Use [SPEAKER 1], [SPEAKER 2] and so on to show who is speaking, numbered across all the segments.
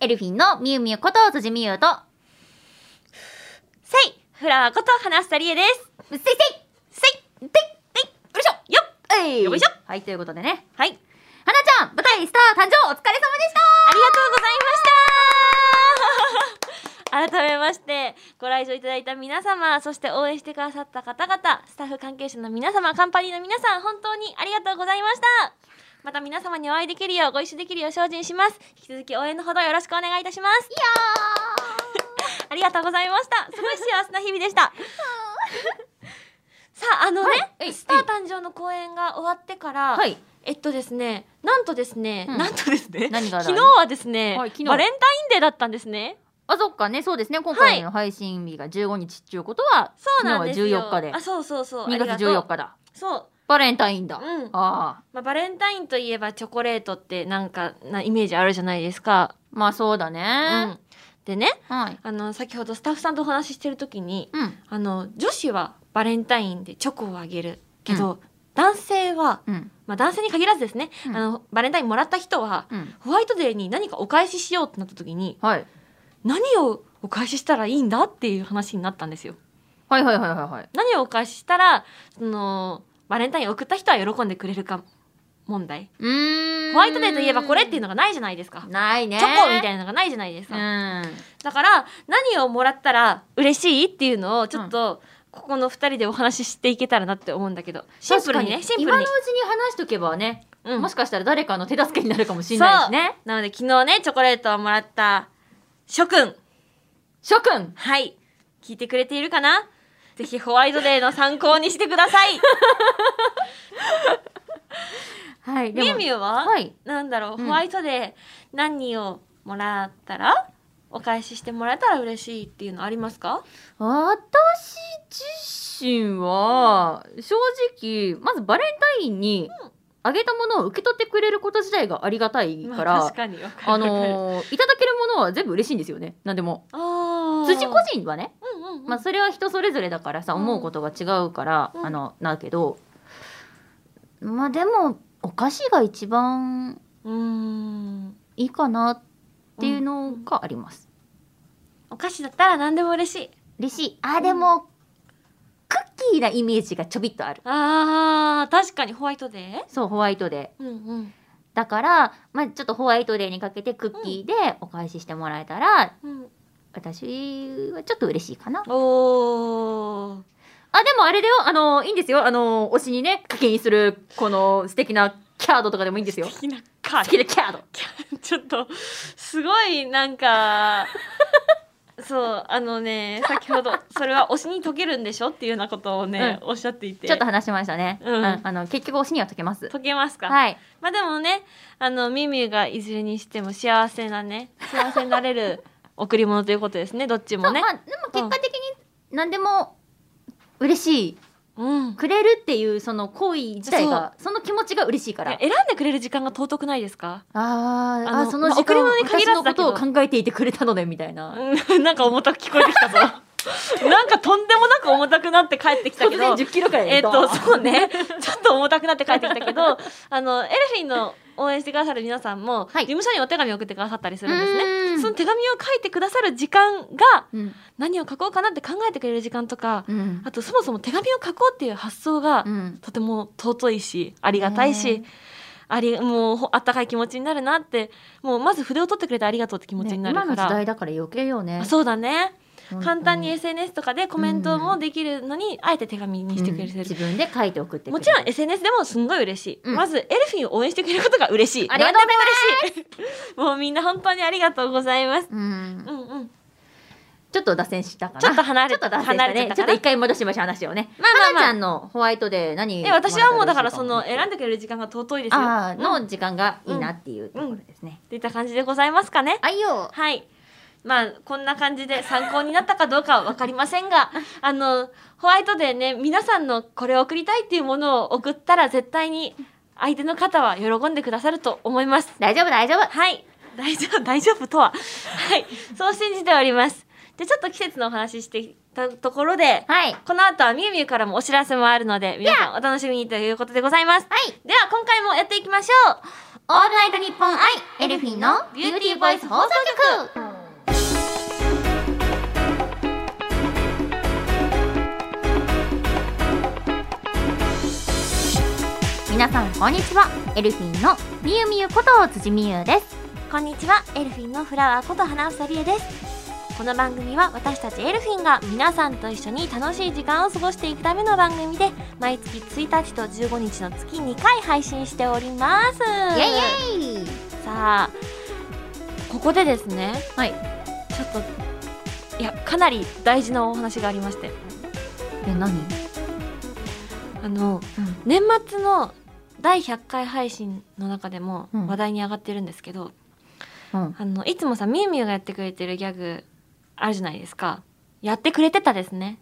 [SPEAKER 1] エルフィンのみゆみゆこと辻みゆと、
[SPEAKER 2] せいフラワーこと花下理恵です
[SPEAKER 1] うっせいせい
[SPEAKER 2] せ
[SPEAKER 1] で
[SPEAKER 2] い
[SPEAKER 1] いでい
[SPEAKER 2] よいしょよっ
[SPEAKER 1] えい
[SPEAKER 2] よいしょ
[SPEAKER 1] はい、ということでね。
[SPEAKER 2] はいありがとう
[SPEAKER 1] はなちゃん、舞台スター誕生お疲れ様でした
[SPEAKER 2] ございました 改めましてご来場いただいた皆様そして応援してくださった方々スタッフ関係者の皆様カンパニーの皆さん本当にありがとうございましたまた皆様にお会いできるようご一緒できるよう精進します引き続き応援のほどよろしくお願いいたします
[SPEAKER 1] いや
[SPEAKER 2] ありがとうございましたすごい幸せな日々 でしたさああのね、
[SPEAKER 1] はい
[SPEAKER 2] スター誕生の公演が終わってから、
[SPEAKER 1] ーはい。
[SPEAKER 2] えっとですね、なんとですね、
[SPEAKER 1] うん
[SPEAKER 2] なんとですね、
[SPEAKER 1] 何がだい
[SPEAKER 2] 昨日はですね、
[SPEAKER 1] はい昨日
[SPEAKER 2] バレンタインデーだったんですね。
[SPEAKER 1] あ、そっかね、そうですね。今回の配信日が15日っていうことは、
[SPEAKER 2] そうなんですよ。
[SPEAKER 1] 昨日は14日で
[SPEAKER 2] あ、そうそうそう。
[SPEAKER 1] 2
[SPEAKER 2] あり
[SPEAKER 1] 月
[SPEAKER 2] がとう
[SPEAKER 1] 14。日だ。
[SPEAKER 2] そう。
[SPEAKER 1] バレンタインだ。
[SPEAKER 2] うん
[SPEAKER 1] ああ。
[SPEAKER 2] まあ、バレンタインといえばチョコレートってなんかなイメージあるじゃないですか。
[SPEAKER 1] まあそうだ
[SPEAKER 2] う
[SPEAKER 1] ね。
[SPEAKER 2] ん。でね、
[SPEAKER 1] はい。
[SPEAKER 2] あの先ほどスタッフさんとお話ししてる時に、
[SPEAKER 1] うん。
[SPEAKER 2] あの女子はバレンタインでチョコをあげるけど、男性は、
[SPEAKER 1] うん。
[SPEAKER 2] まあ、男性に限らずですね、
[SPEAKER 1] うん
[SPEAKER 2] あのバレンタインもらった人は、
[SPEAKER 1] うん。
[SPEAKER 2] ホワイトデーに何かお返ししようってなった時に
[SPEAKER 1] はい。
[SPEAKER 2] 何をお返ししたらいいんだっていう話になったんですよ。
[SPEAKER 1] はいはいはいはいはい。
[SPEAKER 2] 何をお返ししたらそのバレンタイン送った人は喜んでくれるか問題
[SPEAKER 1] うーん。
[SPEAKER 2] ホワイトデーといえばこれっていうのがないじゃないですか、
[SPEAKER 1] ないね。
[SPEAKER 2] チョコみた
[SPEAKER 1] い
[SPEAKER 2] いなのがないじゃないですか、
[SPEAKER 1] な。うん。
[SPEAKER 2] だから何をもらったら嬉しいっていうのをちょっと、ここの2人でお話ししていけたらなって思うんだけどシンプルにね
[SPEAKER 1] 確か
[SPEAKER 2] シンプル
[SPEAKER 1] 今の
[SPEAKER 2] に
[SPEAKER 1] う、ちに話しとけばね、
[SPEAKER 2] うん
[SPEAKER 1] もしかしたら誰かの手助けになるかもしれないしね。
[SPEAKER 2] なので昨日ねチョコレートをもらった諸君
[SPEAKER 1] 諸君
[SPEAKER 2] はい聞いてくれているかなぜひホワイトデーの参考にしてください
[SPEAKER 1] はい。
[SPEAKER 2] みゆみゆは、
[SPEAKER 1] はい
[SPEAKER 2] なんだろう、
[SPEAKER 1] うん
[SPEAKER 2] ホワイトで何をもらったらお返ししてもらえたら嬉しいっていうのありますか
[SPEAKER 1] 私自身は、正直、まずバレンタインにあげたものを受け取ってくれること自体がありがたいから、
[SPEAKER 2] まあ、確かにわかる
[SPEAKER 1] あのーいただけるものは全部嬉しいんですよね。なんでも。
[SPEAKER 2] あー
[SPEAKER 1] 辻個人はね、
[SPEAKER 2] うんうんうん
[SPEAKER 1] まあ、それは人それぞれだからさ、
[SPEAKER 2] うん
[SPEAKER 1] 思うことが違うから、
[SPEAKER 2] うん
[SPEAKER 1] あのなけどまあでもお菓子が一番
[SPEAKER 2] うーん
[SPEAKER 1] いいかなっていうのがあります、
[SPEAKER 2] お菓子だったら何でも嬉しい
[SPEAKER 1] 嬉しいあーでも、クッキーなイメージがちょびっとある
[SPEAKER 2] あー確かにホワイトデー
[SPEAKER 1] そうホワイトデー
[SPEAKER 2] うんうん
[SPEAKER 1] だから、まあ、ちょっとホワイトデーにかけてクッキーでお返ししてもらえたら、
[SPEAKER 2] うん
[SPEAKER 1] 私はちょっと嬉しいかな
[SPEAKER 2] おー
[SPEAKER 1] あ、でもあれだよ、あの、いいんですよ。あの、推しにね、課金する、この素敵なキャードとかでもいいん ですよ。
[SPEAKER 2] 好きなカ
[SPEAKER 1] 好きなキャード。
[SPEAKER 2] ちょっとすごいなんかそうあの ね先ほどそれは推しに解けるんでしょっていうようなことをね、おっしゃっていて
[SPEAKER 1] ちょっと話しましたね。
[SPEAKER 2] うん
[SPEAKER 1] あの、結局推しには解けます。
[SPEAKER 2] 解けますか、
[SPEAKER 1] はい。
[SPEAKER 2] まあでもねあのミミュがいずれにしても幸せなね幸せになれ る贈り物ということですねどっち
[SPEAKER 1] そ
[SPEAKER 2] も
[SPEAKER 1] う
[SPEAKER 2] ね
[SPEAKER 1] まあ、でも結果的に何でも嬉しい。
[SPEAKER 2] うん
[SPEAKER 1] くれるっていうその行為自体が、その気持ちが嬉しいから。
[SPEAKER 2] 選んでくれる時間が尊くないですか、
[SPEAKER 1] あー
[SPEAKER 2] あ
[SPEAKER 1] あ、
[SPEAKER 2] の
[SPEAKER 1] その時間
[SPEAKER 2] まあ贈り物に限
[SPEAKER 1] 私
[SPEAKER 2] らず
[SPEAKER 1] の
[SPEAKER 2] だ
[SPEAKER 1] こ
[SPEAKER 2] けど
[SPEAKER 1] とを考えていてくれたのね、みたいな。
[SPEAKER 2] うん なんか重たく聞こえて きたぞなんかとんでもなく重たくなって帰ってきたけ
[SPEAKER 1] 突然
[SPEAKER 2] ど
[SPEAKER 1] 10キロから。
[SPEAKER 2] えっと、そうね。ちょっと重たくなって帰ってきたけど、 あの、エルフィンの応援してくださる皆さんも、
[SPEAKER 1] はい
[SPEAKER 2] 事務所にお手紙を送ってくださったりするんです
[SPEAKER 1] う
[SPEAKER 2] ね。
[SPEAKER 1] ん
[SPEAKER 2] その手紙を書いてくださる時間が、
[SPEAKER 1] うん。
[SPEAKER 2] 何を書こうかなって考えてくれる時間とか、
[SPEAKER 1] うん
[SPEAKER 2] あとそもそも手紙を書こうっていう発想が
[SPEAKER 1] う、ん。
[SPEAKER 2] とても尊いし、ありがたい
[SPEAKER 1] ね
[SPEAKER 2] し、あり、もう、ほあったかい気持ちになるなって、もう、まず筆を取ってくれてありがとうって気持ちになる
[SPEAKER 1] ね今の
[SPEAKER 2] か
[SPEAKER 1] 時
[SPEAKER 2] ら。
[SPEAKER 1] 代だから余計よね
[SPEAKER 2] あ。そうだね。
[SPEAKER 1] 本当
[SPEAKER 2] 簡単に SNS とかでコメントもできるのに、あえて手紙にしてくれ
[SPEAKER 1] うん
[SPEAKER 2] てる
[SPEAKER 1] 自分で書いて送って
[SPEAKER 2] もちろん
[SPEAKER 1] ん
[SPEAKER 2] SNS でもすんごい嬉しい、
[SPEAKER 1] うん
[SPEAKER 2] まずエルフィンを応援してくれることが嬉しい
[SPEAKER 1] ありがとう
[SPEAKER 2] なんでも嬉しいもうみんな本当にありがとうございます
[SPEAKER 1] うん
[SPEAKER 2] うんうん
[SPEAKER 1] ちょっと脱線したかな
[SPEAKER 2] ちょっと
[SPEAKER 1] ち
[SPEAKER 2] 離
[SPEAKER 1] ょ
[SPEAKER 2] れ
[SPEAKER 1] っと
[SPEAKER 2] た
[SPEAKER 1] 脱線し
[SPEAKER 2] 離
[SPEAKER 1] た
[SPEAKER 2] れちゃっ
[SPEAKER 1] ね
[SPEAKER 2] た
[SPEAKER 1] ちょ
[SPEAKER 2] か
[SPEAKER 1] っと
[SPEAKER 2] な
[SPEAKER 1] 一回戻しましょう話をね
[SPEAKER 2] まあまあまあ
[SPEAKER 1] 花ちゃんのホワイトデー何
[SPEAKER 2] え私はもうだからそ
[SPEAKER 1] も
[SPEAKER 2] の
[SPEAKER 1] らった
[SPEAKER 2] 選んでくれる時間が尊いですよ
[SPEAKER 1] ら嬉しいかもあー
[SPEAKER 2] うんっ
[SPEAKER 1] の時間がいいなっていうところですね
[SPEAKER 2] ていった感じでございますかね
[SPEAKER 1] あいよ
[SPEAKER 2] はいまあこんな感じで参考になったかどうかは分かりませ んがあのホワイトデーね皆さんのこれを送りたいっていうものを送ったら絶対に相手の方は喜んでくださると思います
[SPEAKER 1] 大丈夫大丈夫
[SPEAKER 2] はい。大丈夫、大丈夫とは。はい。そう信じております。で、ちょっと季節のお話ししてきたところで、
[SPEAKER 1] はいは
[SPEAKER 2] この後はみゆみゆからもお知らせもあるので、皆さんお楽しみにということでございます。
[SPEAKER 1] い
[SPEAKER 2] では、今回もやっていきましょう。
[SPEAKER 3] オールナイトニッポン愛エルフィンのビューティーボイス放送局皆さんこんにちはエルフィンのみゆみゆこと辻みゆです
[SPEAKER 2] こんにちはエルフィンのフラワーこと花房理恵ですこの番組は私たちエルフィンが皆さんと一緒に楽しい時間を過ごしていくための番組で毎月1日と15日の月2回配信しております
[SPEAKER 3] イエイイエイ
[SPEAKER 2] さあここでですね
[SPEAKER 1] はい
[SPEAKER 2] ちょっといやかなり大事なお話がありまして
[SPEAKER 1] え何
[SPEAKER 2] あの、
[SPEAKER 1] うん
[SPEAKER 2] 年末の第100回配信の中でも
[SPEAKER 1] うん
[SPEAKER 2] 話題に上がってるんですけど、
[SPEAKER 1] うん
[SPEAKER 2] あのいつもさみゆみゆがやってくれてるギャグあるじゃないですかやってくれてたで すね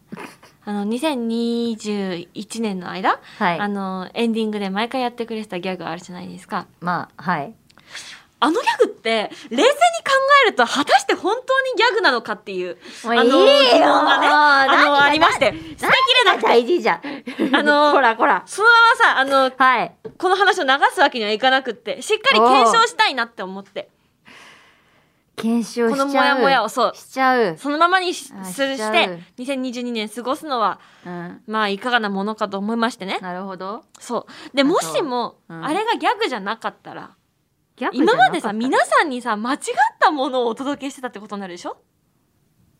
[SPEAKER 2] あの2021年の間、
[SPEAKER 1] はい
[SPEAKER 2] あのエンディングで毎回やってくれてたギャグあるじゃないですか
[SPEAKER 1] まあはい
[SPEAKER 2] あのギャグって冷静に考えると果たして本当にギャグなのかっていう
[SPEAKER 1] も
[SPEAKER 2] あ
[SPEAKER 1] う
[SPEAKER 2] の
[SPEAKER 1] いいよ
[SPEAKER 2] 疑問がねあ
[SPEAKER 1] 何
[SPEAKER 2] の
[SPEAKER 1] が
[SPEAKER 2] ありまして捨てきれな
[SPEAKER 1] 何
[SPEAKER 2] く
[SPEAKER 1] が
[SPEAKER 2] て
[SPEAKER 1] 大事じゃん
[SPEAKER 2] あの
[SPEAKER 1] ほらほら
[SPEAKER 2] そのままさあの
[SPEAKER 1] はい
[SPEAKER 2] この話を流すわけにはいかなくってしっかり検証したいなって思って
[SPEAKER 1] 検証
[SPEAKER 2] こ
[SPEAKER 1] しちゃ
[SPEAKER 2] の
[SPEAKER 1] う
[SPEAKER 2] モヤモヤをそう
[SPEAKER 1] しちゃう、
[SPEAKER 2] そのままにし
[SPEAKER 1] あ
[SPEAKER 2] する
[SPEAKER 1] しちゃ
[SPEAKER 2] し
[SPEAKER 1] う
[SPEAKER 2] て2022年過ごすのは
[SPEAKER 1] うん、
[SPEAKER 2] まあいかがなものかと思いましてね
[SPEAKER 1] なるほど
[SPEAKER 2] そうでもしも
[SPEAKER 1] うん
[SPEAKER 2] あれがギャグじゃなかったら
[SPEAKER 1] ギャグじゃな
[SPEAKER 2] 今
[SPEAKER 1] かった
[SPEAKER 2] までさ皆さんにさ間違ったものをお届けしてたってことになるでしょ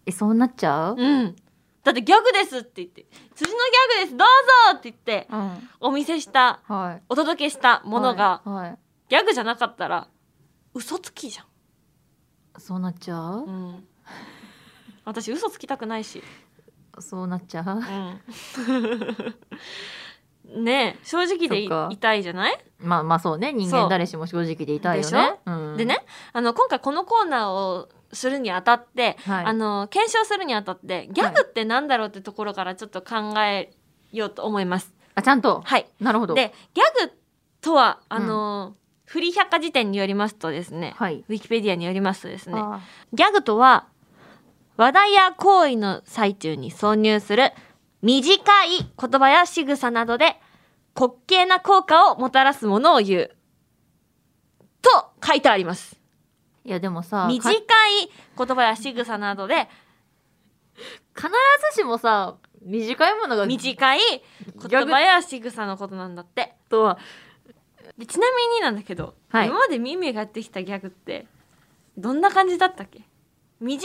[SPEAKER 1] えそうなっちゃう
[SPEAKER 2] うんだってギャグですって言って辻のギャグですどうぞって言って
[SPEAKER 1] うん
[SPEAKER 2] お見せした
[SPEAKER 1] はい
[SPEAKER 2] お届けしたものが
[SPEAKER 1] はいはい
[SPEAKER 2] ギャグじゃなかったら嘘つきじゃん
[SPEAKER 1] そうなっちゃう、
[SPEAKER 2] うん、私嘘つきたくないし、
[SPEAKER 1] そうなっちゃう
[SPEAKER 2] うんねえ正直でい
[SPEAKER 1] そっか
[SPEAKER 2] 痛いじゃない
[SPEAKER 1] まあまあそうね人
[SPEAKER 2] そ
[SPEAKER 1] 間
[SPEAKER 2] う
[SPEAKER 1] 誰しも正直でいたいよ
[SPEAKER 2] でし
[SPEAKER 1] ね。うん
[SPEAKER 2] で、ねあの今回このコーナーをするにあたって、
[SPEAKER 1] はい、
[SPEAKER 2] あの検証するにあたってギャグってなんだろうってところからちょっと考えようと思います。
[SPEAKER 1] あちゃんと、
[SPEAKER 2] はい、
[SPEAKER 1] なるほど。
[SPEAKER 2] でギャグとはあの、フリー百科事典によりますとですね、
[SPEAKER 1] はい。
[SPEAKER 2] ウィキペディアによりますとですね
[SPEAKER 1] あ
[SPEAKER 2] ギャグとは話題や行為の最中に挿入する短い言葉や仕草などで滑稽な効果をもたらすものを言う。と書いてあります。
[SPEAKER 1] いやでもさか
[SPEAKER 2] 短い
[SPEAKER 1] 必
[SPEAKER 2] 言葉や仕草などで
[SPEAKER 1] ずしもさ短いものが
[SPEAKER 2] 短い言葉や仕草のことなんだって。
[SPEAKER 1] とは
[SPEAKER 2] でちなみになんだけど、
[SPEAKER 1] はい
[SPEAKER 2] 今までミミがやってきたギャグってどんな感じだったっけ短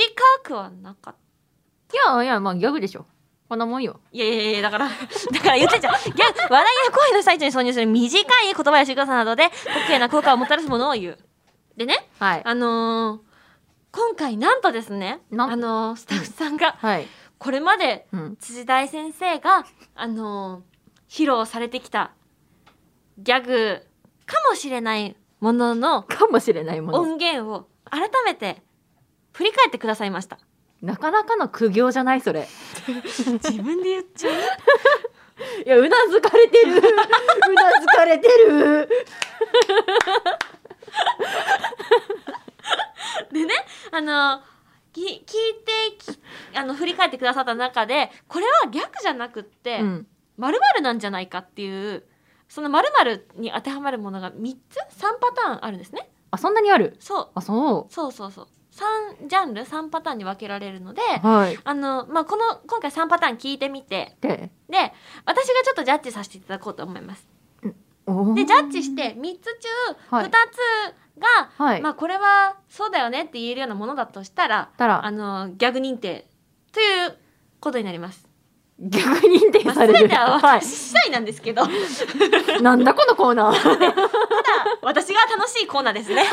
[SPEAKER 2] くはなかった。
[SPEAKER 1] いやいやまあギャグでしょ。こんなもんよ。
[SPEAKER 2] いやいやいやだから だから言ってんじゃんギャグ話題や行為の最中に挿入する短い言葉や仕草などで滑稽な効果をもたらすものを言うでね
[SPEAKER 1] はい。
[SPEAKER 2] あのー今回なんとですね
[SPEAKER 1] なんと
[SPEAKER 2] あのースタッフさんが
[SPEAKER 1] はい。
[SPEAKER 2] これまで
[SPEAKER 1] うん。
[SPEAKER 2] 辻大先生があのー披露されてきたギャグかもしれないものの
[SPEAKER 1] かもしれないもの。
[SPEAKER 2] 音源を改めて振り返ってくださいました
[SPEAKER 1] なかなかの苦行じゃないそれ。
[SPEAKER 2] 自分で言っちゃう
[SPEAKER 1] いやうなずかれて る。うなずかれてる。
[SPEAKER 2] でねあのき聞いてきあの振り返ってくださった中でこれは逆じゃなくって
[SPEAKER 1] うん。
[SPEAKER 2] まるなんじゃないかっていうそのまるに当てはまるものが3つ3パターンあるんですね。
[SPEAKER 1] あそんなにある。
[SPEAKER 2] そ
[SPEAKER 1] あそう
[SPEAKER 2] そうそうそう3ジャンル3パターンに分けられるので
[SPEAKER 1] う。はい。
[SPEAKER 2] あの、まあ、この今回3パターン聞いてみて
[SPEAKER 1] で。
[SPEAKER 2] で私がちょっとジャッジさせていただこうと思います。
[SPEAKER 1] おー
[SPEAKER 2] でジャッジして3つ中
[SPEAKER 1] は
[SPEAKER 2] 2
[SPEAKER 1] い
[SPEAKER 2] つが、
[SPEAKER 1] はい。
[SPEAKER 2] まあ、これはそうだよねって言えるようなものだとしたら
[SPEAKER 1] たら
[SPEAKER 2] あのギャグ認定ということになります。
[SPEAKER 1] 逆認定
[SPEAKER 2] まあ、
[SPEAKER 1] される。
[SPEAKER 2] 全ては
[SPEAKER 1] はい
[SPEAKER 2] 私。次第なんですけど、
[SPEAKER 1] なんだこのコーナー。
[SPEAKER 2] 私が楽しいコーナーですね。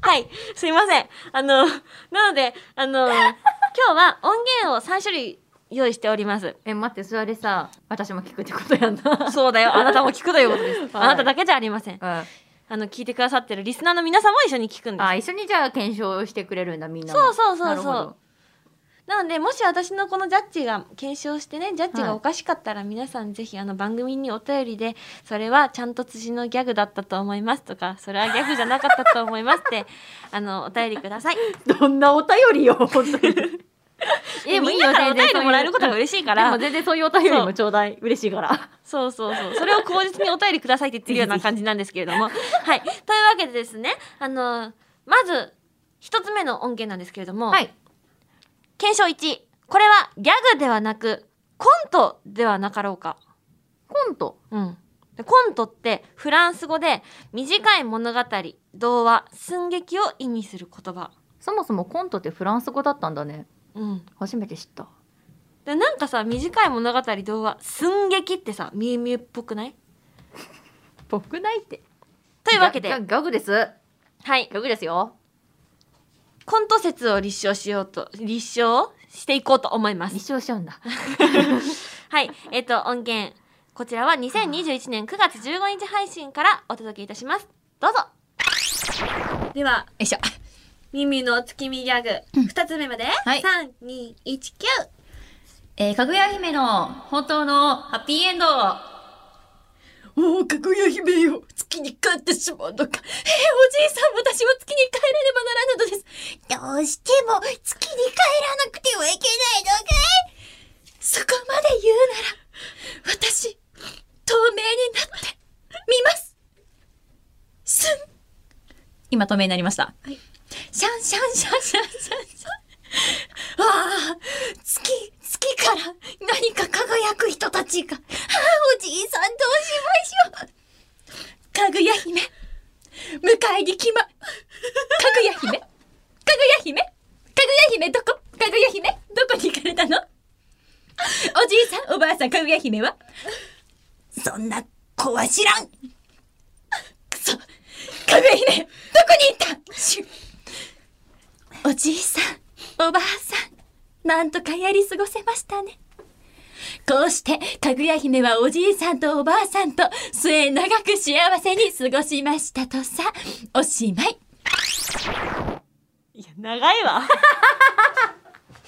[SPEAKER 2] はい、すいません。あのなのであの今日は音源を三種類用意しております。
[SPEAKER 1] え、待って、それさ、私も聞くってことやんな。
[SPEAKER 2] そうだよ。あなたも聞くということです。
[SPEAKER 1] はい
[SPEAKER 2] あなただけじゃありません。
[SPEAKER 1] う
[SPEAKER 2] あの聞いてくださってるリスナーの皆さんも一緒に聞くん
[SPEAKER 1] ん、
[SPEAKER 2] です。
[SPEAKER 1] あ、一緒にじゃあ検証してくれるんだ、みんなも。
[SPEAKER 2] そうそうそう
[SPEAKER 1] なる
[SPEAKER 2] そ
[SPEAKER 1] ほ
[SPEAKER 2] う
[SPEAKER 1] ど。。
[SPEAKER 2] なのでもし私のこのジャッジが検証してねジャッジがおかしかったら、皆さんぜひあの番組にお便りでそれはちゃんと辻のギャグだったと思いますとかそれはギャグじゃな かったと思いますってあのお便りください。
[SPEAKER 1] どんなお便りよ、本当に。 え
[SPEAKER 2] みんなからお便りもらえることが
[SPEAKER 1] が
[SPEAKER 2] 嬉しいか
[SPEAKER 1] で
[SPEAKER 2] ら
[SPEAKER 1] も全然そういうお便りもちょうだい嬉しいから
[SPEAKER 2] そうそうそう。それを口実にお便りくださいって言ってるような感じなんですけれど も。はい。というわけでですね、あの、まず、一つ目の音源なんですけれども、
[SPEAKER 1] はい
[SPEAKER 2] 検証1。これはギャグではなく、コントではなかろうか。
[SPEAKER 1] コント
[SPEAKER 2] うん。でコントってフランス語で短い物語、童話、寸劇を意味する言葉。
[SPEAKER 1] そもそもコントってフランス語だったんだね
[SPEAKER 2] うん。
[SPEAKER 1] 初めて知った
[SPEAKER 2] で、なんかさ、短い物語、童話、寸劇ってさ、ミュウミュウっぽくない
[SPEAKER 1] 僕ないって
[SPEAKER 2] というわけで
[SPEAKER 1] ギ、ャギャグですギ
[SPEAKER 2] はい。
[SPEAKER 1] ャグですよ
[SPEAKER 2] コント説を立証しようと、立証していこうと思います。
[SPEAKER 1] 立証しちゃうんだ
[SPEAKER 2] はい。えっ、と、音源。こちらは2021年9月15日配信からお届けいたします。どうぞでは、
[SPEAKER 4] いしょ。
[SPEAKER 2] 耳の月見ギャグ、2つ目まで、
[SPEAKER 4] はい
[SPEAKER 2] 3、2、1、9。
[SPEAKER 4] えー、かぐや姫の本当のハッピーエンド。おお、かぐや姫よ。月に帰ってしまうのか。えーおじいさん、私は月に帰らねばならぬのです。どうしても月に帰らなくてはいけないのかいそこまで言うなら、私、透明になって、見ます。すん。今、透明になりました。シャンシャンシャンシャンシャンシャン。ああ、月、月から何か輝く人たちが。ああ、おじいさんどうしましょう。かぐや姫、迎えに来ま、かぐや姫かぐや姫かぐや姫どこかぐや姫どこに行かれたのおじいさん、おばあさん、かぐや姫はそんな子は知らん。くそ、かぐや姫、どこに行ったシュおじいさん、おばあさん、なんとかやり過ごせましたね。こうして、かぐや姫はおじいさんとおばあさんと末永く幸せに過ごしましたとさ、おしまい。
[SPEAKER 2] いや、長いわ。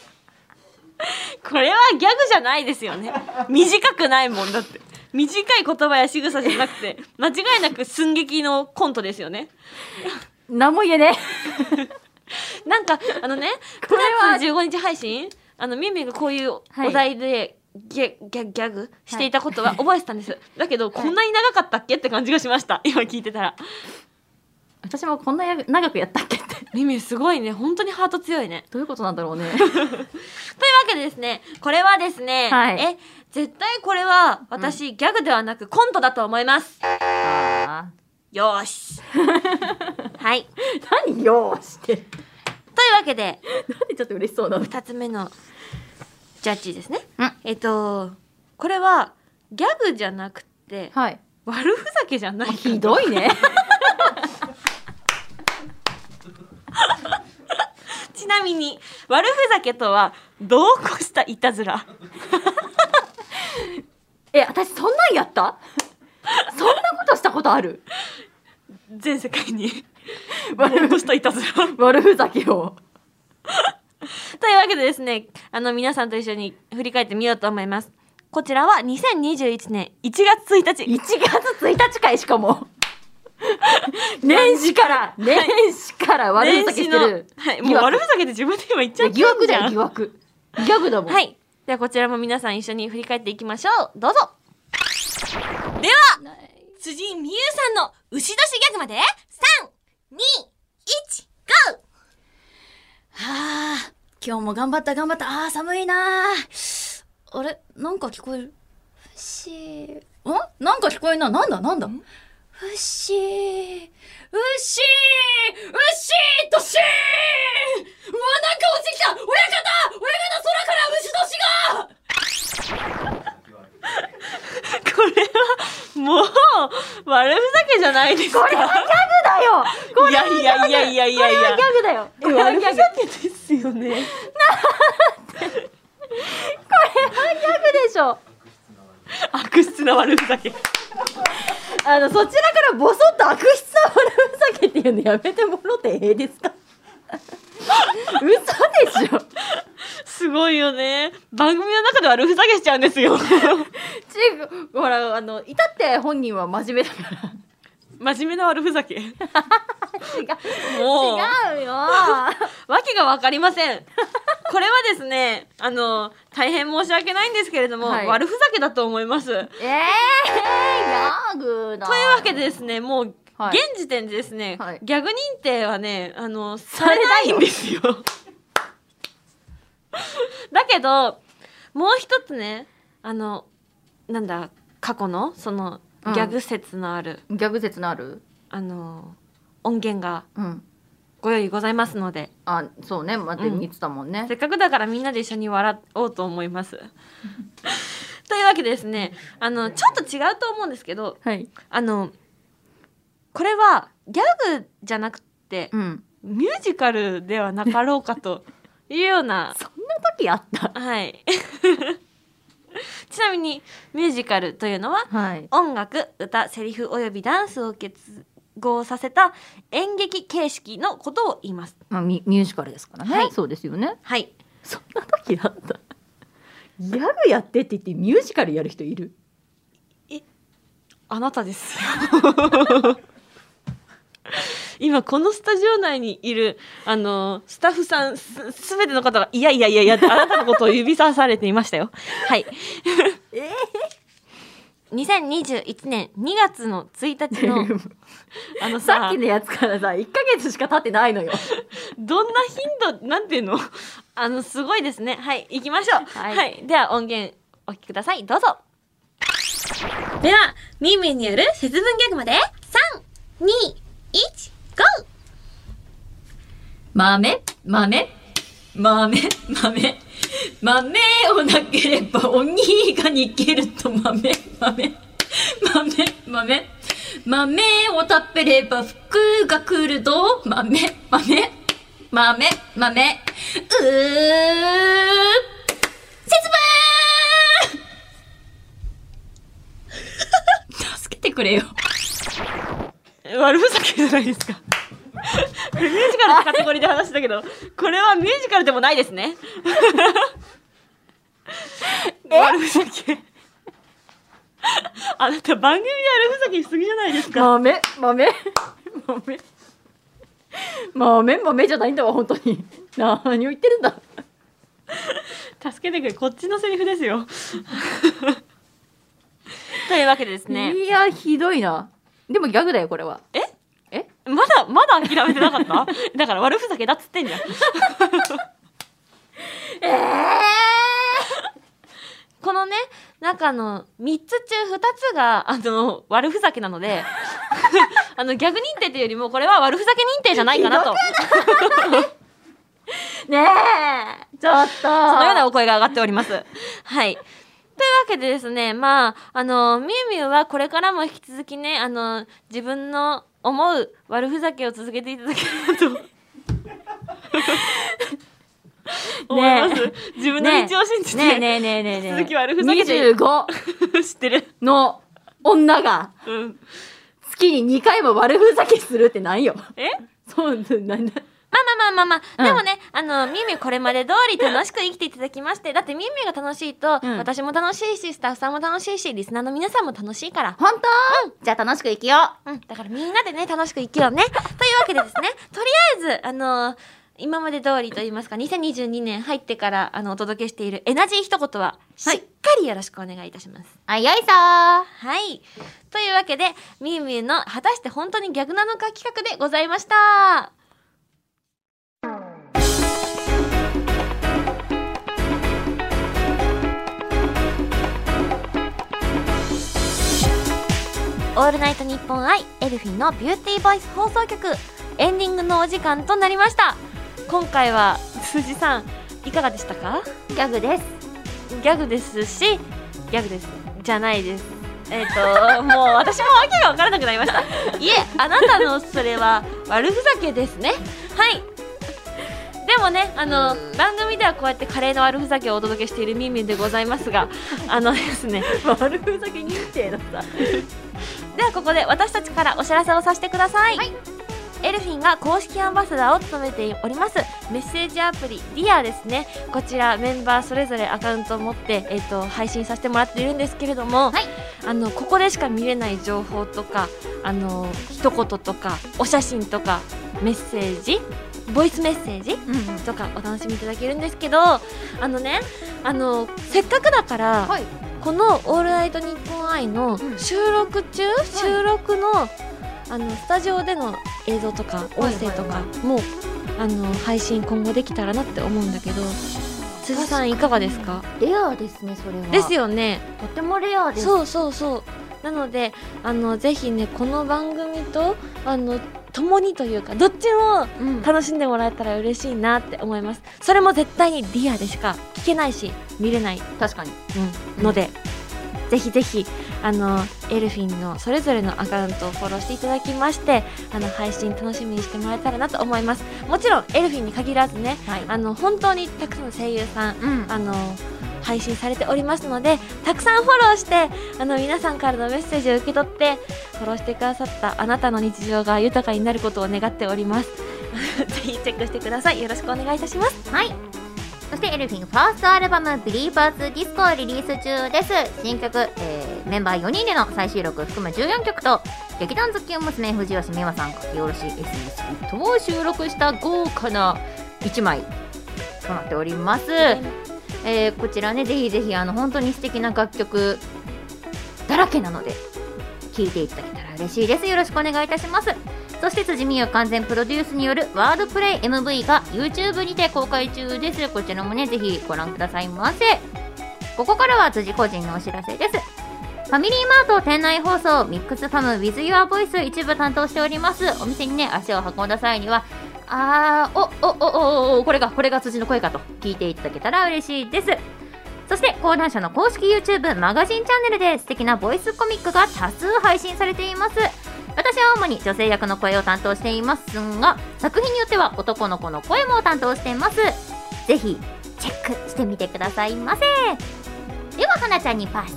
[SPEAKER 2] これはギャグじゃないですよね。短くないもんだって。短い言葉や仕草じゃなくて、間違いなく寸劇のコントですよね。
[SPEAKER 1] 何も言え ね
[SPEAKER 2] なんかあのね
[SPEAKER 1] これは
[SPEAKER 2] 9月15日配信あのみみがこういうお
[SPEAKER 1] はい
[SPEAKER 2] 題でギャ,、ギャギャグしていたことは覚えてたんです、だけどこんなに長かったっけって感じがしました今聞いてたら
[SPEAKER 1] 私もこんなや長くやったっけって
[SPEAKER 2] みみすごいね本当にハート強いね
[SPEAKER 1] どういうことなんだろ うね
[SPEAKER 2] というわけでですねこれはですね、
[SPEAKER 1] はい
[SPEAKER 2] え絶対これは私、ギャグではなくコントだと思います
[SPEAKER 1] あ
[SPEAKER 2] よ ーしはいとい
[SPEAKER 1] ー何よーして
[SPEAKER 2] うわけで
[SPEAKER 1] なんでちょっと嬉しそうなの
[SPEAKER 2] 2つ目のジャッジですね、
[SPEAKER 1] うん
[SPEAKER 2] えっとこれはギャグじゃなくて
[SPEAKER 1] はい
[SPEAKER 2] 悪ふざけじゃない
[SPEAKER 1] ひどいね
[SPEAKER 2] ちなみに悪ふざけとは度を越したいたずら
[SPEAKER 1] え私そんなんやった そんなことしたことある
[SPEAKER 2] 全世界に度を越したいたずらと
[SPEAKER 1] 悪ふざけを
[SPEAKER 2] いうわけでですねあの皆さんと一緒に振り返ってみようと思いますこちらは2021年1月1日
[SPEAKER 1] 1月1日かいしかも 年始から年始から悪ふざけしてる
[SPEAKER 2] 年始のはい、もう悪ふざけって自分で今言っちゃってん
[SPEAKER 1] 疑惑だよ疑惑ギャグだもん
[SPEAKER 2] はいではこちらも皆さん一緒に振り返っていきましょうどうぞでは辻井美優さんの牛年ギャグまで3
[SPEAKER 4] 2、1、GO! はあ、今日も頑張った頑張った。ああ、寒いなーあれなんか聞こえるふしー。んなんか聞こえんな。なんだなんだふしー。うっしーうっしーとしーうわ、なんか落ちてきた親方親方空から虫年が
[SPEAKER 2] これはもう悪ふざけじゃないですか。これは
[SPEAKER 1] だよ
[SPEAKER 2] いやいやいやいやいやいや
[SPEAKER 1] ギ。ャグだよ
[SPEAKER 2] これはギャグですよね。
[SPEAKER 1] ギャグでしょ
[SPEAKER 2] 悪質な悪ふざけ。
[SPEAKER 1] あのそちらからボソッと悪質な悪ふざけっていうのやめてもろてええですか 嘘でしょ
[SPEAKER 2] すごいよね。番組の中で悪ふざけしちゃうんです よ。
[SPEAKER 1] ちぐほらあの至って本人は真面目だから
[SPEAKER 2] 真面目な悪ふざけ。もう
[SPEAKER 1] 違うよ
[SPEAKER 2] わけがわかりません。 これはですね、あの、大変申し訳ないんですけれども、
[SPEAKER 1] はい
[SPEAKER 2] 悪ふざけだと思います。という
[SPEAKER 3] ええー、ヤグだ。
[SPEAKER 2] わけでですね、もう、
[SPEAKER 1] はい
[SPEAKER 2] 現時点でですね、
[SPEAKER 1] はい
[SPEAKER 2] ギャグ認定はね、あの、されないんですよ。 だけど、もう一つね、あの、なんだ、過去の、その、ギ
[SPEAKER 1] うん
[SPEAKER 2] ャグ説のある、
[SPEAKER 1] ギャグ説のある
[SPEAKER 2] あの、音源が
[SPEAKER 1] うん
[SPEAKER 2] ご用意ございますので、
[SPEAKER 1] あそうね待って
[SPEAKER 2] うん
[SPEAKER 1] 見てたもんね
[SPEAKER 2] せっかくだからみんなで一緒に笑おうと思います。 というわけでですね、あの、ちょっと違うと思うんですけど、
[SPEAKER 1] はい
[SPEAKER 2] あの、これはギャグじゃなくて、
[SPEAKER 1] うん
[SPEAKER 2] ミュージカルではなかろうかというよう な、
[SPEAKER 1] そんな時あった
[SPEAKER 2] はい。 ちなみに、ミュージカルというのは、
[SPEAKER 1] はい
[SPEAKER 2] 音楽、歌、セリフおよびダンスを結合させた演劇形式のことを言います。
[SPEAKER 1] まあミミュージカルですからね、
[SPEAKER 2] はい
[SPEAKER 1] そうですよね
[SPEAKER 2] はい。
[SPEAKER 1] そんな時あったギャグやってって言ってミュージカルやる人いる
[SPEAKER 2] あなたです。 今このスタジオ内にいるあのスタッフさんすすべての方がいやいやいやいやってあなたのことを指さされていました よ。はい。2021年2月の1日 のあ の
[SPEAKER 1] さ
[SPEAKER 2] さ
[SPEAKER 1] っきのやつからさ1ヶ月しか経ってない のよ
[SPEAKER 2] どんな頻度なんていうの あのすごいですねはい行きましょうはい、では音源お聞きくださいどうぞ
[SPEAKER 4] では、ミーミーによ る節分ギャグまで、3、2、1、GO! 豆、豆、豆、豆、豆をなければ鬼が逃げると豆、豆、豆、豆、豆を食べれば福が来るぞ豆、豆、豆、豆、うー、節分 助けてくれよ。
[SPEAKER 2] 悪ふざけじゃないですかこれミュージカルのカテゴリーで話したけどこれはミュージカルでもないですね悪ふざけあなた番組で悪ふざけしすぎじゃないですか
[SPEAKER 1] 豆豆豆豆豆じゃないんだわ本当に何を言ってるんだ
[SPEAKER 2] 助けてくれこっちのセリフですよというわけでですね
[SPEAKER 1] いやひどいなでもギャグだよこれは
[SPEAKER 2] え
[SPEAKER 1] え
[SPEAKER 2] まだまだ諦めてなかった だから悪ふざけだっつってんじ ゃん
[SPEAKER 1] ええ
[SPEAKER 2] このね中の3つ中2つがあの悪ふざけなの であのギャグ認定というよりもこれは悪ふざけ認定じゃないかなと
[SPEAKER 1] ねえちょっとそ
[SPEAKER 2] そのような
[SPEAKER 1] お
[SPEAKER 2] お声が上がっております。 はい。というわけでですね、まあ、あの、みゆみゆはこれからも引き続きね、あの、自分の思う悪ふざけを続けていただけれ ばと。思います。自分の道を信じて、
[SPEAKER 1] ねえねえねえねえねえ
[SPEAKER 2] 引き続き悪ふざけて
[SPEAKER 1] 25
[SPEAKER 2] 知ってる。
[SPEAKER 1] の女が
[SPEAKER 2] うん。
[SPEAKER 1] 月に2回も悪ふざけするってなんよ
[SPEAKER 2] え
[SPEAKER 1] そうなんだ
[SPEAKER 2] まあまあまあまあまあ、
[SPEAKER 1] うん
[SPEAKER 2] でもね、あの、みゆみゆこれまで通り楽しく生きていただきまして、だってみゆみゆが楽しいと、
[SPEAKER 1] うん
[SPEAKER 2] 私も楽しいし、スタッフさんも楽しいし、リスナーの皆さんも楽しいから、
[SPEAKER 3] 本当、じゃあ楽しく生きよう。
[SPEAKER 2] うん、だからみんなでね、楽しく生きようね。というわけでですね、 とりあえず、あのー今まで通りと言いますか、2022年入ってから、あの、お届けしているエナジー一言は、しっかりよろしくお願いいたします。
[SPEAKER 3] あ、よいさー。
[SPEAKER 2] はい。というわけで、みゆみゆの、果たして本当に逆なのか企画でございました。オールナイトニッポンアイエルフィンのビューティーボイス放送局エンディングのお時間となりました今回は辻さんいかがでしたか
[SPEAKER 3] ギャグです。
[SPEAKER 2] ギャグですしギャグですじゃないですえっ、ともう私も訳が分からなくなりましたいえあなたのそれは悪ふざけですねはいでもねあの番組ではこうやってカレーの悪ふざけをお届けしているみみでございますがあのですね
[SPEAKER 1] 悪ふざけ認定だった
[SPEAKER 2] ではここで私たちからお知らせをさせてください、エルフィンが公式アンバサダーを務めておりますメッセージアプリ Dear ですねこちらメンバーそれぞれアカウントを持って、えっと配信させてもらっているんですけれども、
[SPEAKER 3] はい
[SPEAKER 2] あのここでしか見れない情報とかあの一言とかお写真とかメッセージボイスメッセージ
[SPEAKER 1] うんうん
[SPEAKER 2] とかお楽しみいただけるんですけどあのねあのせっかくだから、
[SPEAKER 1] はい
[SPEAKER 2] この「オールナイトニッポンアイの
[SPEAKER 1] ん
[SPEAKER 2] 収録中、収録のあのスタジオでの映像とか音声とかも、あの配信今後できたらなって思うんだけど辻さんいかがですか
[SPEAKER 1] レアですねそれは
[SPEAKER 2] ですよね
[SPEAKER 1] とてもレアです
[SPEAKER 2] そうそうそうなのであのぜひねこの番組とあの共にというかどっちも
[SPEAKER 1] うん
[SPEAKER 2] 楽しんでもらえたら嬉しいなって思いますそれも絶対にリアでしか聞けないし見れない、
[SPEAKER 1] 確かに
[SPEAKER 2] うんので、ぜひぜひあのエルフィンのそれぞれのアカウントをフォローしていただきましてあの配信楽しみにしてもらえたらなと思いますもちろんエルフィンに限らずね
[SPEAKER 1] はい
[SPEAKER 2] あの本当にたくさんの声優さん
[SPEAKER 1] うん
[SPEAKER 2] あの配信されておりますのでたくさんフォローしてあの皆さんからのメッセージを受け取ってフォローしてくださったあなたの日常が豊かになることを願っております ぜひチェックしてくださいよろしくお願いいたします
[SPEAKER 3] はいそしてエルフィンファーストアルバム「Believers Disco」をリリース中です新曲、えーメンバー4人での再収録を含む14曲と劇団ズッキュン娘藤吉美和さん書き下ろし
[SPEAKER 1] SNS と収録した豪華な1枚となっております、えーこちらねぜひぜひあの本当に素敵な楽曲だらけなので聴いていただけたら嬉しいですよろしくお願いいたしますそして辻美優完全プロデュースによるワードプレイ MV が YouTube にて公開中ですこちらもねぜひご覧くださいませここからは辻個人のお知らせですファミリーマート店内放送ミックスファム with your voice 一部担当しておりますお店にね足を運んだ際にはあーおおおおおこれがこれが辻の声かと聞いていただけたら嬉しいですそして講談社の公式 YouTube マガジンチャンネルで素敵なボイスコミックが多数配信されています私は主に女性役の声を担当していますが作品によっては男の子の声も担当していますぜひチェックしてみてくださいませでは花ちゃんにパス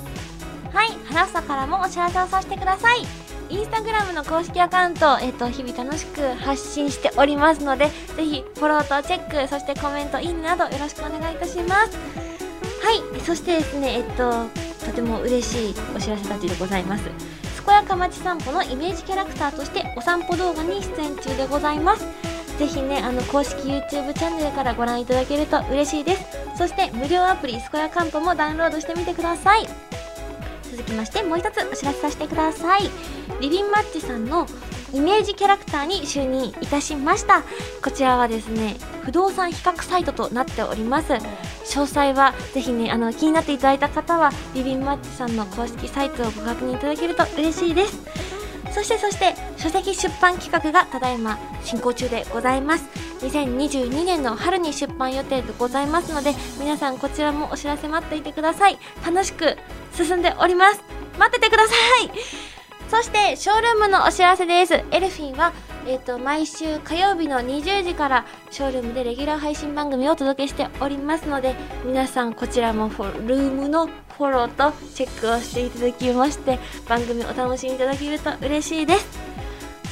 [SPEAKER 2] はい花房からもお知らせをさせてくださいインスタグラムの公式アカウント、えっと、日々楽しく発信しておりますのでぜひフォローとチェックそしてコメントいいねなどよろしくお願いいたしますはいそしてですねえっととても嬉しいお知らせたちでございます健やか町散歩のイメージキャラクターとしてお散歩動画に出演中でございますぜひねあの公式 YouTube チャンネルからご覧いただけると嬉しいですそして無料アプリ「すこやかんぽ」もダウンロードしてみてください続きましてもう一つお知らせさせてくださいリビンマッチさんのイメージキャラクターに就任いたしましたこちらはですね不動産比較サイトとなっております詳細はぜひねあの気になっていただいた方はリビンマッチさんの公式サイトをご確認いただけると嬉しいですそしてそして書籍出版企画がただいま進行中でございます2022年の春に出版予定でございますので皆さんこちらもお知らせ待っていてください楽しく進んでおります待っててくださいそしてショールームのお知らせですエルフィンはえっ、と毎週火曜日の20時からショールームでレギュラー配信番組をお届けしておりますので皆さんこちらもフォルームのフォローとチェックをしていただきまして番組お楽しみいただけると嬉しいです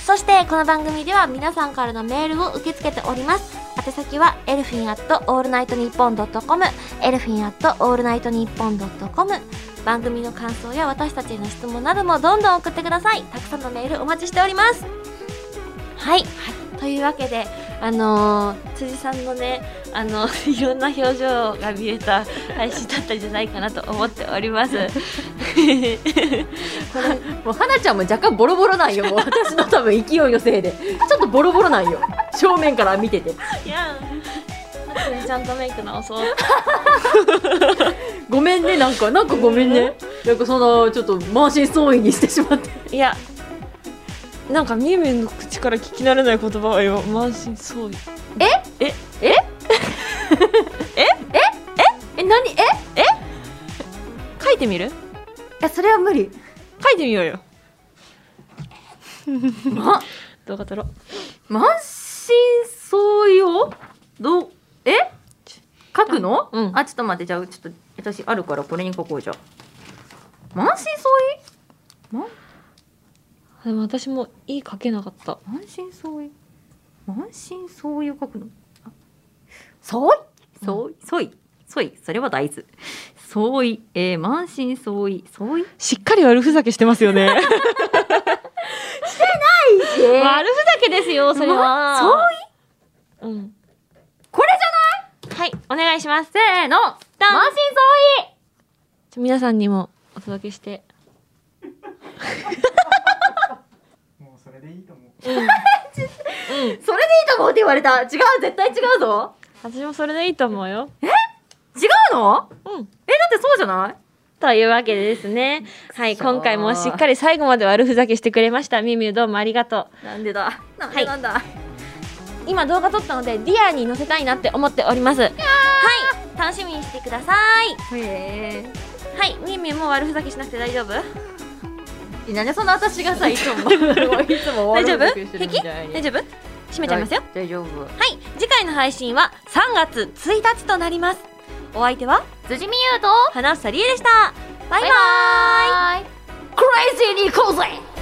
[SPEAKER 2] そしてこの番組では皆さんからのメールを受け付けております宛先はエルフィンアットオールナイトニッポンドットコムエルフィンアットオールナイトニッポンドットコム番組の感想や私たちへの質問などもどんどん送ってくださいたくさんのメールお待ちしておりますはい、というわけであのー辻さんのねあの いろんな表情が見えた配信だったんじゃないかなと思っております
[SPEAKER 1] もう花ちゃんも若干ボロボロなんよもう私の多分勢いのせいでちょっとボロボロなんよ正面から見てて
[SPEAKER 2] いやあとでちゃんとメイク直そう
[SPEAKER 1] ごめんねなんかなんかごめんねなんかそのちょっと満身創痍にしてしまって
[SPEAKER 2] いやなんかみゆみゆの口から聞き慣れない言葉は今満身創痍
[SPEAKER 1] え何えい
[SPEAKER 2] 書いてみる
[SPEAKER 1] やそれは無理
[SPEAKER 2] 書いてみようよ
[SPEAKER 1] ま
[SPEAKER 2] 動画撮ろう
[SPEAKER 1] 満身創痍をどうえ書くの、
[SPEAKER 2] うん
[SPEAKER 1] あちょっと待ってじゃあちょっと私あるからこれに書こうじゃあ満身創痍ま
[SPEAKER 2] でも私もいい書けなかった
[SPEAKER 1] 満身創痍満身創痍を書くのあ創痍創痍創痍創痍それは大豆創痍、えー、満身創痍創痍
[SPEAKER 2] しっかり悪ふざけしてますよね
[SPEAKER 1] してないしえー
[SPEAKER 2] 悪ふざけですよ、それは。
[SPEAKER 1] そう
[SPEAKER 2] ううん。
[SPEAKER 1] これ
[SPEAKER 2] はい、お願いします。
[SPEAKER 1] じゃないせーの満
[SPEAKER 2] ダン
[SPEAKER 1] 身創痍
[SPEAKER 2] じゃ皆さんにもお届けして。
[SPEAKER 5] もうそれでいいと思う。
[SPEAKER 1] それでいいと思うって言われた違う絶対違うぞ
[SPEAKER 2] 私もそれでいいと思うよ。
[SPEAKER 1] 違うの
[SPEAKER 2] うん。
[SPEAKER 1] えだってそうじゃない
[SPEAKER 2] というわけでですね。はい、
[SPEAKER 1] くそー
[SPEAKER 2] 今回もしっかり最後まで悪ふざけしてくれました。みみゅどうもありがとう。
[SPEAKER 1] なんでだなん
[SPEAKER 2] は
[SPEAKER 1] で
[SPEAKER 2] い
[SPEAKER 1] なんだ、
[SPEAKER 2] 今動画撮ったので、ディアに載せたいなって思っております。はい、楽しみにしてください。
[SPEAKER 1] へ
[SPEAKER 2] はい、みみゅも悪ふざけしなくて大丈夫
[SPEAKER 1] えなんでそんな私がさいつもいつも
[SPEAKER 2] 大
[SPEAKER 1] 悪
[SPEAKER 2] 丈
[SPEAKER 1] い
[SPEAKER 2] 夫
[SPEAKER 1] こと
[SPEAKER 2] 平
[SPEAKER 1] してるみ
[SPEAKER 2] 気
[SPEAKER 1] たいに
[SPEAKER 2] 大丈夫閉めちゃいますよ。
[SPEAKER 1] 大丈夫
[SPEAKER 2] はい、次回の配信は3月1日となります。お相手は
[SPEAKER 3] 辻美優と
[SPEAKER 2] 花房理恵でした。バイバ
[SPEAKER 3] バ
[SPEAKER 2] ーイ
[SPEAKER 3] イ
[SPEAKER 1] クレイジーに行こうぜ